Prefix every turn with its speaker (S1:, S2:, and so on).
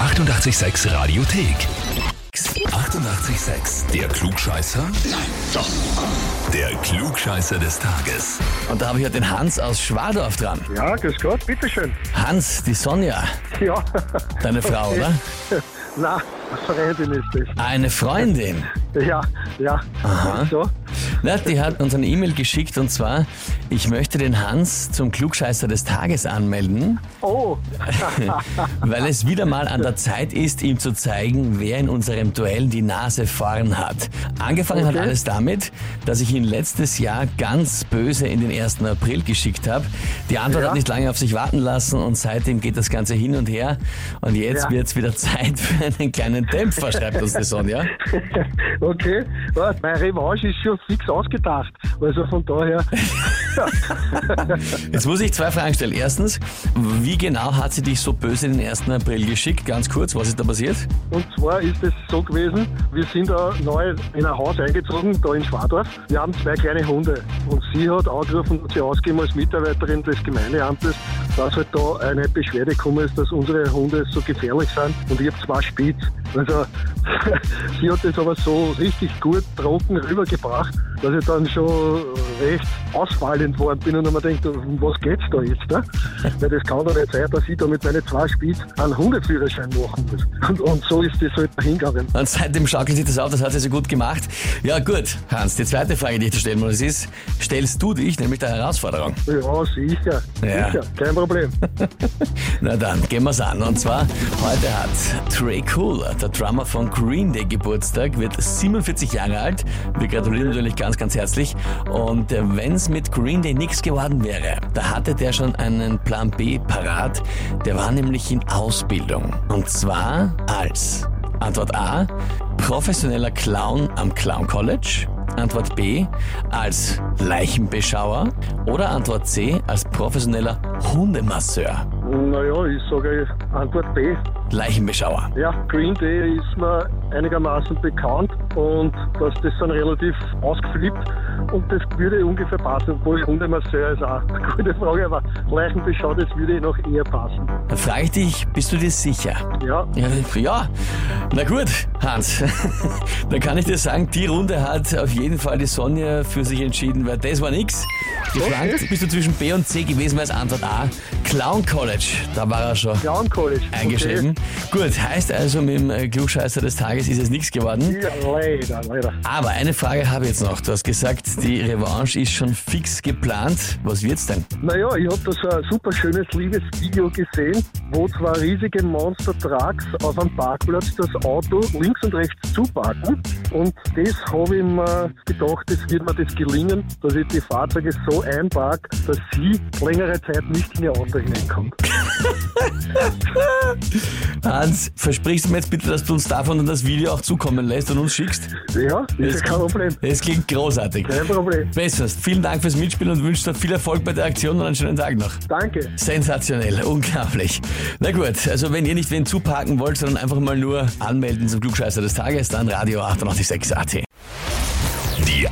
S1: 886 Radiothek. 88,6. Der Klugscheißer? Nein, doch. Der Klugscheißer des Tages.
S2: Und da habe ich ja den Hans aus Schwadorf dran.
S3: Ja, grüß Gott, bitteschön.
S2: Hans, die Sonja,
S3: Ja.
S2: deine Frau, oder?
S3: Na, Freundin ist
S2: Eine Freundin.
S3: das. Ja, ja.
S2: Aha.
S3: So,
S2: Na, die hat uns eine E-Mail geschickt und zwar, ich möchte den Hans zum Klugscheißer des Tages anmelden,
S3: oh,
S2: weil es wieder mal an der Zeit ist, ihm zu zeigen, wer in unserem Duell die Nase vorn hat. Angefangen hat
S3: Okay.
S2: alles damit, dass ich ihn letztes Jahr ganz böse in den 1. April geschickt habe. Die Antwort
S3: Ja.
S2: hat nicht lange auf sich warten lassen und seitdem geht das Ganze hin und her. Und jetzt
S3: Ja.
S2: wird es wieder Zeit für einen kleinen Dämpfer, schreibt uns die Sonja.
S3: okay. Warte, meine Revanche ist schon fix ausgedacht. Also von daher,
S2: Jetzt muss ich zwei Fragen stellen. Erstens, wie genau hat sie dich so böse in den 1. April geschickt? Ganz kurz, was ist da passiert?
S3: und zwar ist es so gewesen, wir sind da neu in ein Haus eingezogen, da in Schwadorf. Wir haben zwei kleine Hunde. Und sie hat angerufen, sie ausgeben als Mitarbeiterin des Gemeindeamtes, dass halt da eine Beschwerde gekommen ist, dass unsere Hunde so gefährlich sind. Und ich habe zwei Spitz. Also sie hat das aber so richtig gut trocken rübergebracht, dass ich dann schon recht ausfallend worden bin und hab mir denkt, um was geht's da jetzt? Ne? Weil das kann doch nicht sein, dass ich da mit meinen zwei Spitz einen Hundeführerschein machen muss. Und, und so ist das halt hingegangen.
S2: Und seitdem schaukelt sich das auf, das hat sie so gut gemacht. Ja gut, Hans, die zweite Frage, die ich dir stellen muss, ist, stellst du dich nämlich der Herausforderung?
S3: Ja, sicher.
S2: Ja.
S3: Sicher, kein Problem.
S2: Na dann, gehen wir's an. Und zwar, heute hat Trey Cool, der Drummer von Green Day, Geburtstag, wird 47 Jahre alt. Wir gratulieren natürlich ganz, ganz herzlich. Und äh, wenn's mit Green Day nichts geworden wäre, da hatte der schon einen Plan B parat. Der war nämlich in Ausbildung. Und zwar als Antwort A, professioneller Clown am Clown College. Antwort B, als Leichenbeschauer. Oder Antwort C, als professioneller Hundemasseur.
S3: Naja, ich sage Antwort B.
S2: Leichenbeschauer.
S3: Ja, Green Day ist mir einigermaßen bekannt und dass das dann relativ ausgeflippt und das würde ungefähr passen, obwohl Hundemasseur ist auch eine gute Frage, aber Leichenbeschau, das würde eh noch eher passen.
S2: Dann frage ich dich, bist du dir sicher?
S3: Ja,
S2: Ja, ja. na gut, Hans. Dann kann ich dir sagen, die Runde hat auf jeden Fall die Sonja für sich entschieden, weil das war nix. Gefragt bist du zwischen B und C gewesen, weil es Antwort A, Clown College, da war er schon
S3: Clown College.
S2: eingeschrieben. Gut, heißt also, mit dem äh, Klugscheißer des Tages ist es nichts geworden.
S3: Okay. Ja, leider, leider.
S2: Aber eine Frage habe ich jetzt noch. Du hast gesagt, die Revanche ist schon fix geplant. Was wird's denn?
S3: Naja, ich habe da so ein super schönes Liebesvideo gesehen, wo zwei riesige Monster Trucks auf einem Parkplatz das Auto links und rechts zuparken. Und das habe ich mir gedacht, es wird mir das gelingen, dass ich die Fahrzeuge so einpark, dass sie längere Zeit nicht in ihr Auto hineinkommt.
S2: Hans, versprichst du mir jetzt bitte, dass du uns davon dann das Video auch zukommen lässt und uns schickst?
S3: Ja, ist ja kein Problem.
S2: Das klingt großartig.
S3: Kein Problem.
S2: Besserst. Vielen Dank fürs Mitspielen und wünsche dir viel Erfolg bei der Aktion und einen schönen Tag noch.
S3: Danke.
S2: Sensationell, unglaublich. Na gut, also wenn ihr nicht wen zuparken wollt, sondern einfach mal nur anmelden zum Klugscheißer des Tages, dann Radio 886 AT.
S1: Die